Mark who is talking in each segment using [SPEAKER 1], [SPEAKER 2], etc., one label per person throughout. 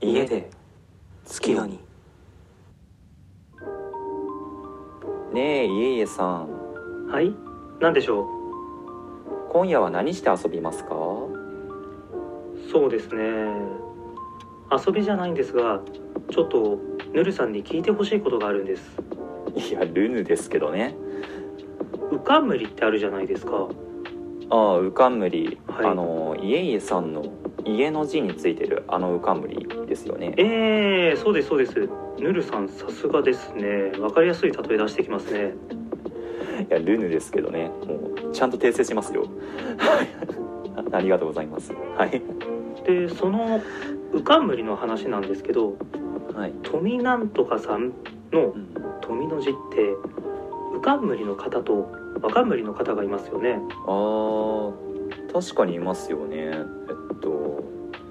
[SPEAKER 1] けで月夜に
[SPEAKER 2] ねえいえいえさん
[SPEAKER 1] はい何でしょ
[SPEAKER 2] 今夜は何して遊びますか
[SPEAKER 1] うそうですね遊びじゃないんですがちょっとヌルさんに聞いてほしいことがあるんです
[SPEAKER 2] いやルヌですけどね
[SPEAKER 1] ウカムリってあるじゃないですか
[SPEAKER 2] ああうかんむり、
[SPEAKER 1] はい
[SPEAKER 2] あのいえいえさんの家の字についてるあのうかんむりですよね
[SPEAKER 1] えー、そうですそうですヌルさんさすがですねわかりやすい例え出してきますね
[SPEAKER 2] いやルヌですけどねもうちゃんと訂正しますよ ありがとうございますはい
[SPEAKER 1] でそのウカムリの話なんですけど
[SPEAKER 2] はい、
[SPEAKER 1] 富なんとかさんの
[SPEAKER 2] うん
[SPEAKER 1] 富の字ってウカムリの方とワカムリの方がいますよね
[SPEAKER 2] あー確かにいますよねえっと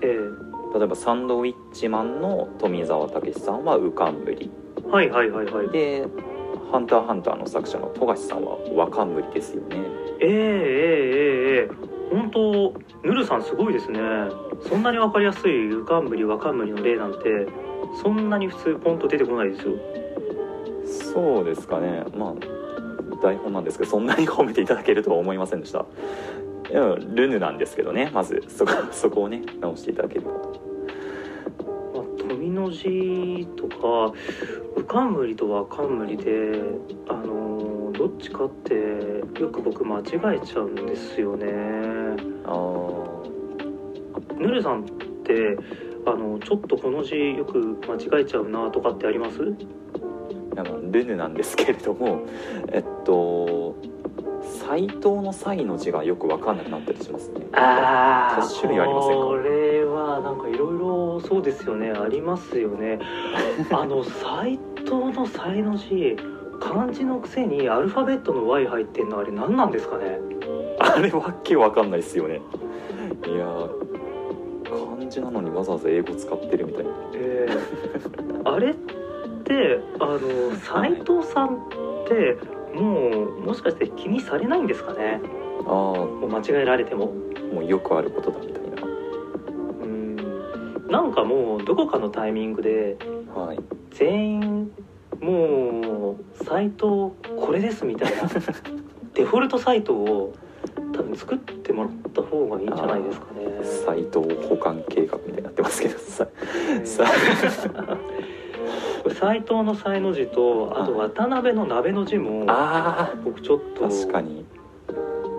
[SPEAKER 1] えー、
[SPEAKER 2] 例えばサンドウィッチマンの富澤たけしさんは「うかんむり
[SPEAKER 1] はいはいはいはい」
[SPEAKER 2] で「ハンターハンター」の作者の富樫さんは「わかんむり」ですよね
[SPEAKER 1] えー、えー、えー、えー、本当ヌルさんすごいですねそんなにわかりやすいウカムリワカムリの例なんてそんなに普通ポンと出てこないですよ
[SPEAKER 2] そうですかねまあ台本なんですけどそんなに褒めていただけるとは思いませんでしたいやルヌなんですけどねまずそこ そこをね直していただければと
[SPEAKER 1] まあ、富の字とかうかんむりとわかんむりであのーどっちかってよく僕間違えちゃうんですよね
[SPEAKER 2] あ
[SPEAKER 1] ぬるさんってあのちょっとこの字よく間違えちゃうなとかってあります
[SPEAKER 2] ーなんかルヌなんですけれどもえっと斎藤の「斎」の字がよく分かんなくなったりしますね
[SPEAKER 1] あ
[SPEAKER 2] ー多種類ありませんか
[SPEAKER 1] これはなんかいろいろそうですよねありますよ ねあの斎藤の才の字漢字のくせにアルファベットの Y 入ってんのあれ何なんですかね
[SPEAKER 2] あれわけわかんないっすよね。いやー、漢字なのにわざわざ英語使ってるみたいな。
[SPEAKER 1] えーあれってあの斎藤さんってもうもしかして気にされないんですかね
[SPEAKER 2] ああ、も
[SPEAKER 1] もう間違えられても
[SPEAKER 2] うよくあることだみたいな。
[SPEAKER 1] うんなんかもうどこかのタイミングで
[SPEAKER 2] はい。
[SPEAKER 1] 全員もう斎藤これですみ たいなデフォルトサイトを多分作ってもらった方がいいんじゃないですかね
[SPEAKER 2] サイト保管計画みたいになってますけどさ。
[SPEAKER 1] えー
[SPEAKER 2] さ
[SPEAKER 1] 斎藤の才の字とあと
[SPEAKER 2] は
[SPEAKER 1] 渡辺の鍋の字も
[SPEAKER 2] あ
[SPEAKER 1] 僕ちょっ
[SPEAKER 2] あ、
[SPEAKER 1] と
[SPEAKER 2] 確かに。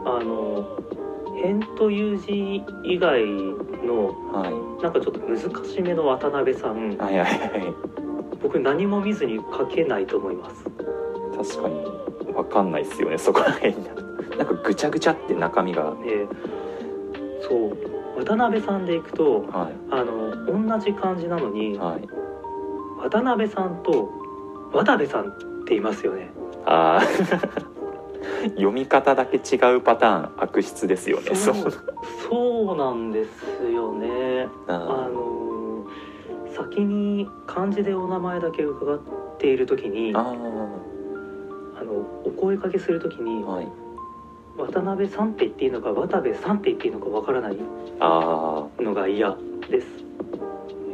[SPEAKER 1] あの「辺」という字以外の
[SPEAKER 2] は
[SPEAKER 1] なんかちょっと難しめの渡辺さん
[SPEAKER 2] い。はいはいはい。
[SPEAKER 1] 僕何も見ずに書けないと思います
[SPEAKER 2] 確かに。わかんないっすよね、そこら辺になる。なんかぐちゃぐちゃって中身が。
[SPEAKER 1] でそう渡辺さんでいくと
[SPEAKER 2] は
[SPEAKER 1] あの同じ漢字なの
[SPEAKER 2] い。
[SPEAKER 1] に
[SPEAKER 2] はい。
[SPEAKER 1] 渡辺さんと渡部さんっていますよね
[SPEAKER 2] ああ。 読み方だけ違うパターン悪質ですよね。
[SPEAKER 1] そうそうなんですよねあ
[SPEAKER 2] あ
[SPEAKER 1] の先に漢字でお名前だけ伺っている時に
[SPEAKER 2] ー
[SPEAKER 1] あ
[SPEAKER 2] あ
[SPEAKER 1] のお声かけする時
[SPEAKER 2] ー。
[SPEAKER 1] に
[SPEAKER 2] はい。
[SPEAKER 1] 渡辺さんって言っていいのか渡部さんって言っていいのかわからない
[SPEAKER 2] あ
[SPEAKER 1] のが嫌です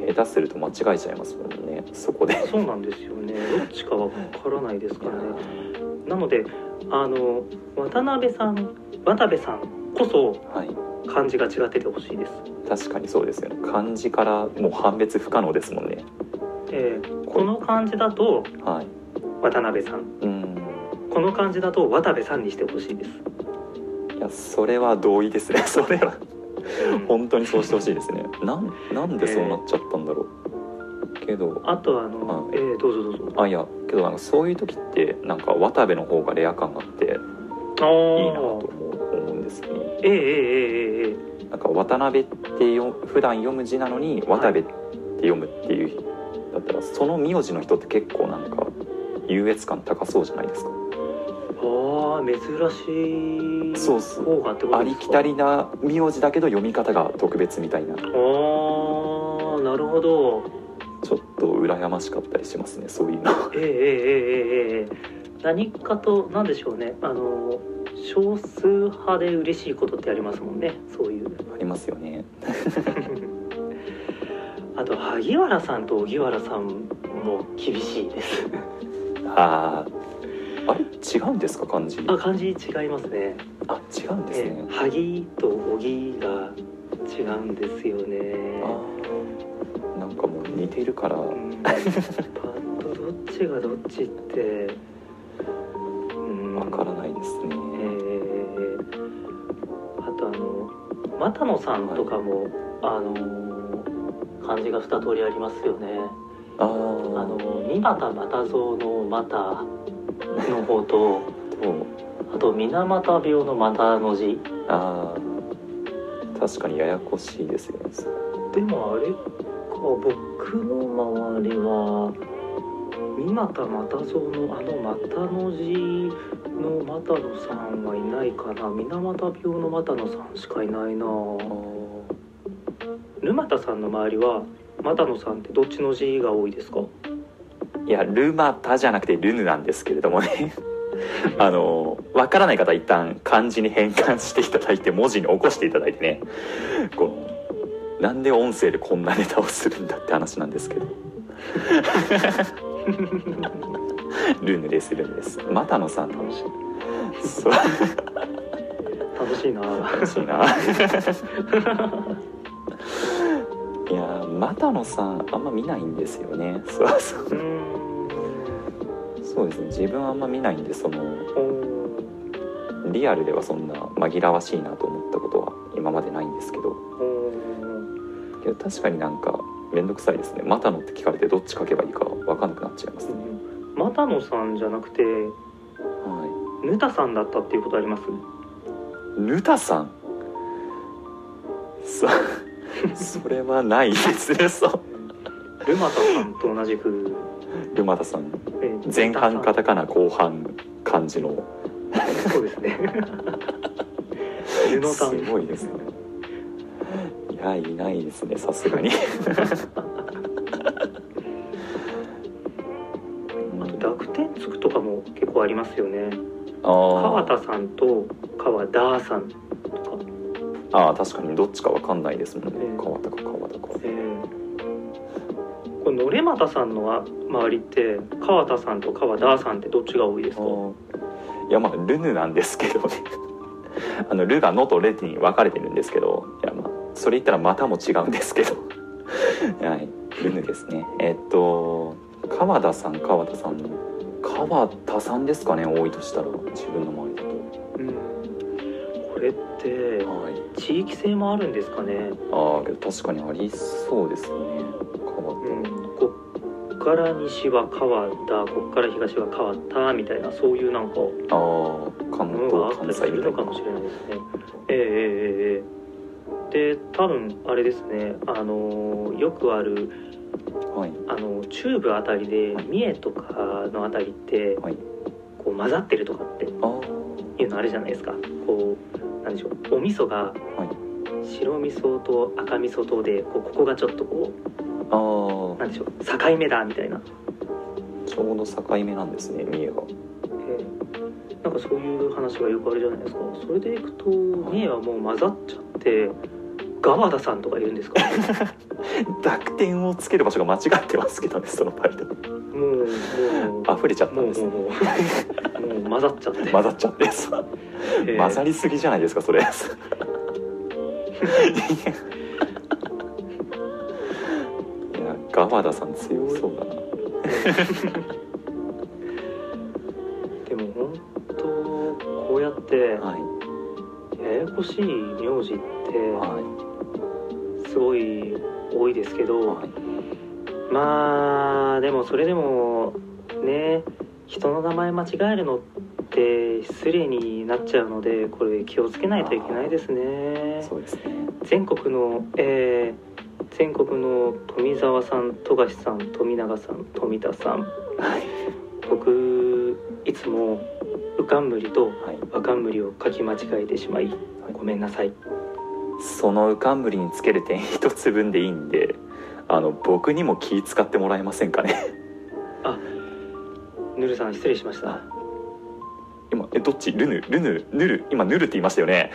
[SPEAKER 2] あ下手すると間違えちゃいますもんねそこで
[SPEAKER 1] そうなんですよねどっちかわからないですからねなのであの渡辺さん渡部さんこそ
[SPEAKER 2] はい
[SPEAKER 1] 漢字が違っててほしいです、
[SPEAKER 2] 確かにそうですよね漢字からもう判別不可能ですもんね
[SPEAKER 1] えーこの漢字だと
[SPEAKER 2] はい
[SPEAKER 1] 渡辺さん
[SPEAKER 2] うん
[SPEAKER 1] この漢字だと渡部さんにしてほしいです、
[SPEAKER 2] いやそれは同意ですね それは
[SPEAKER 1] うん
[SPEAKER 2] 本当にそうしてほしいですねなんなんでそうなっちゃったんだろうけど
[SPEAKER 1] あとあの、
[SPEAKER 2] うん
[SPEAKER 1] えーどうぞどうぞ
[SPEAKER 2] あいやけどなんかそういう時ってなんか渡部の方がレア感があっていいな
[SPEAKER 1] あー
[SPEAKER 2] と思う思うんですよね
[SPEAKER 1] えーえーえーえーえー
[SPEAKER 2] なんか渡辺ってよ普段読む字なのに渡部って読むっていう、だったらその名字の人って結構なんか優越感高そうじゃないですか
[SPEAKER 1] あー珍しい
[SPEAKER 2] そうそう
[SPEAKER 1] 方がってこ
[SPEAKER 2] あ
[SPEAKER 1] と
[SPEAKER 2] り
[SPEAKER 1] ですか
[SPEAKER 2] きたりな名字だけど読み方が特別みたいなち
[SPEAKER 1] あーなるほど
[SPEAKER 2] ょっと羨ましかったりしますねそういうの
[SPEAKER 1] ええええええええ何かと何でしょうねあの少数派で嬉しいことってありますもんねそういう
[SPEAKER 2] ありますよね
[SPEAKER 1] あと萩原さんと荻原さんも厳しいです。
[SPEAKER 2] あああれ違うんですか漢字
[SPEAKER 1] あ漢字違いますね。
[SPEAKER 2] あ違うんです
[SPEAKER 1] え
[SPEAKER 2] ね
[SPEAKER 1] え萩と荻が違うんですよね。
[SPEAKER 2] あーなんかもう似てるから
[SPEAKER 1] うんパッとどっちがどっちって。うん
[SPEAKER 2] わからないですね
[SPEAKER 1] えーあとあの又野さんとかも、あのー漢字が2通りありますよね。
[SPEAKER 2] ああ
[SPEAKER 1] あの三股又蔵の又の方とあと水俣病の又の字
[SPEAKER 2] あー確かにややこしいですよね
[SPEAKER 1] でもあれか僕の周りは三股又蔵のあの又の字の又野さんはいないかな水俣病の又野さんしかいないな
[SPEAKER 2] あー
[SPEAKER 1] 沼田さんの周りは又野さんってどっちの字が多いですか
[SPEAKER 2] いやルマタじゃなくてルヌなんですけれどもねあのわからない方は一旦漢字に変換していただいて文字に起こしていただいてねこのなんで音声でこんなネタをするんだって話なんですけどルヌですルヌですマタノさんの
[SPEAKER 1] 楽し
[SPEAKER 2] そう
[SPEAKER 1] 楽しいな
[SPEAKER 2] 楽しいないやーマタノさんあんま見ないんですよねそうそう
[SPEAKER 1] うーん
[SPEAKER 2] そうですね自分はあんま見ないんでその
[SPEAKER 1] おー
[SPEAKER 2] リアルではそんな紛らわしいなと思ったことは今までないんですけど
[SPEAKER 1] お
[SPEAKER 2] けど確かになんか面倒くさいですね「またの」って聞かれてどっち書けばいいか分かんなくなっちゃいますね、
[SPEAKER 1] ー又野さんじゃなくて
[SPEAKER 2] は
[SPEAKER 1] ぬたさんだったっていうことあります
[SPEAKER 2] い、ぬたさん そそれはないですねそう
[SPEAKER 1] ルマタさんと同じく、
[SPEAKER 2] ルマタさん
[SPEAKER 1] えー
[SPEAKER 2] 前半カタカナ後半漢字の
[SPEAKER 1] そうで すね。ルノ
[SPEAKER 2] す
[SPEAKER 1] さん。
[SPEAKER 2] ごいですねいやいないですねさす がに
[SPEAKER 1] あと濁点つくとかも結構ありますよね。
[SPEAKER 2] あ
[SPEAKER 1] 川
[SPEAKER 2] ー
[SPEAKER 1] 田さんと川田さんとか。
[SPEAKER 2] あー確かにどっちかわかんないですもんね
[SPEAKER 1] うん
[SPEAKER 2] 川田か川田か
[SPEAKER 1] えー、これ野れ又さんのあ周りって川田さんと川田さんってどっちが多いです
[SPEAKER 2] あ
[SPEAKER 1] か？
[SPEAKER 2] ーいやまあルヌなんですけどね あのルが「の」と「レ」に分かれてるんですけどいやまあそれ言ったらまたも違うんですけど はいルヌですねえっと川田さん川田さんの川田さんですかね多いとしたら自分の周りだ
[SPEAKER 1] うん。これって
[SPEAKER 2] とはい
[SPEAKER 1] 地域性もあるんですかね。
[SPEAKER 2] ああけど確かにありそうですね川田、
[SPEAKER 1] うん。こっから西は川田、こっから東は川田みたいなそういうなんか。
[SPEAKER 2] ああ関
[SPEAKER 1] ものがあ
[SPEAKER 2] 東
[SPEAKER 1] っ
[SPEAKER 2] 関
[SPEAKER 1] たりす
[SPEAKER 2] 西み
[SPEAKER 1] る
[SPEAKER 2] たい
[SPEAKER 1] のか
[SPEAKER 2] な
[SPEAKER 1] もしれないですね。ええええええで多分あれですねあのよくある
[SPEAKER 2] はい
[SPEAKER 1] あの中部あたりで三重とかのあたりって、
[SPEAKER 2] はい
[SPEAKER 1] こう混ざってるとかって
[SPEAKER 2] ああ
[SPEAKER 1] いうのあるじゃないですかこうなんでしょうお味噌が白味噌と赤味噌とでこうここがちょっとこ
[SPEAKER 2] あ
[SPEAKER 1] う
[SPEAKER 2] ー
[SPEAKER 1] なんでしょう境目だみたいな、
[SPEAKER 2] ちょうど境目なんですね三重が
[SPEAKER 1] ええなんかそういう話がよくあるじゃないですかそれでいくと三重はもう混ざっちゃってガワダさんとかいるんですか
[SPEAKER 2] 濁点をつける場所が間違ってますけどねその場合で
[SPEAKER 1] もうもう
[SPEAKER 2] 溢れちゃった
[SPEAKER 1] もうん
[SPEAKER 2] です
[SPEAKER 1] もう
[SPEAKER 2] ね
[SPEAKER 1] もうもう混ざっちゃって
[SPEAKER 2] 混ざっちゃってそう
[SPEAKER 1] えー
[SPEAKER 2] 混ざりすぎじゃないですかそれいやガバダさん強そうだな
[SPEAKER 1] でも本当こうやって
[SPEAKER 2] はい
[SPEAKER 1] ややこしい名字っ
[SPEAKER 2] は
[SPEAKER 1] てすごい多いですけ
[SPEAKER 2] い
[SPEAKER 1] ど
[SPEAKER 2] はい
[SPEAKER 1] まあでもそれでもね人の名前間違えるのって失礼になっちゃうのでこれ気をつけないといけないですね
[SPEAKER 2] そうですね
[SPEAKER 1] 全国の、えー全国の富澤さん富樫さん富永さん富田さん
[SPEAKER 2] はい
[SPEAKER 1] 僕いつもうかんむりと
[SPEAKER 2] はい
[SPEAKER 1] わかんむりを書き間違えてしまいごめんなさい
[SPEAKER 2] その冠につける点一つ分でいいんであの僕にも気使ってもらえませんかね
[SPEAKER 1] ぬるさん失礼しました
[SPEAKER 2] 今えどっちルヌルヌヌル今ヌルって言いましたよね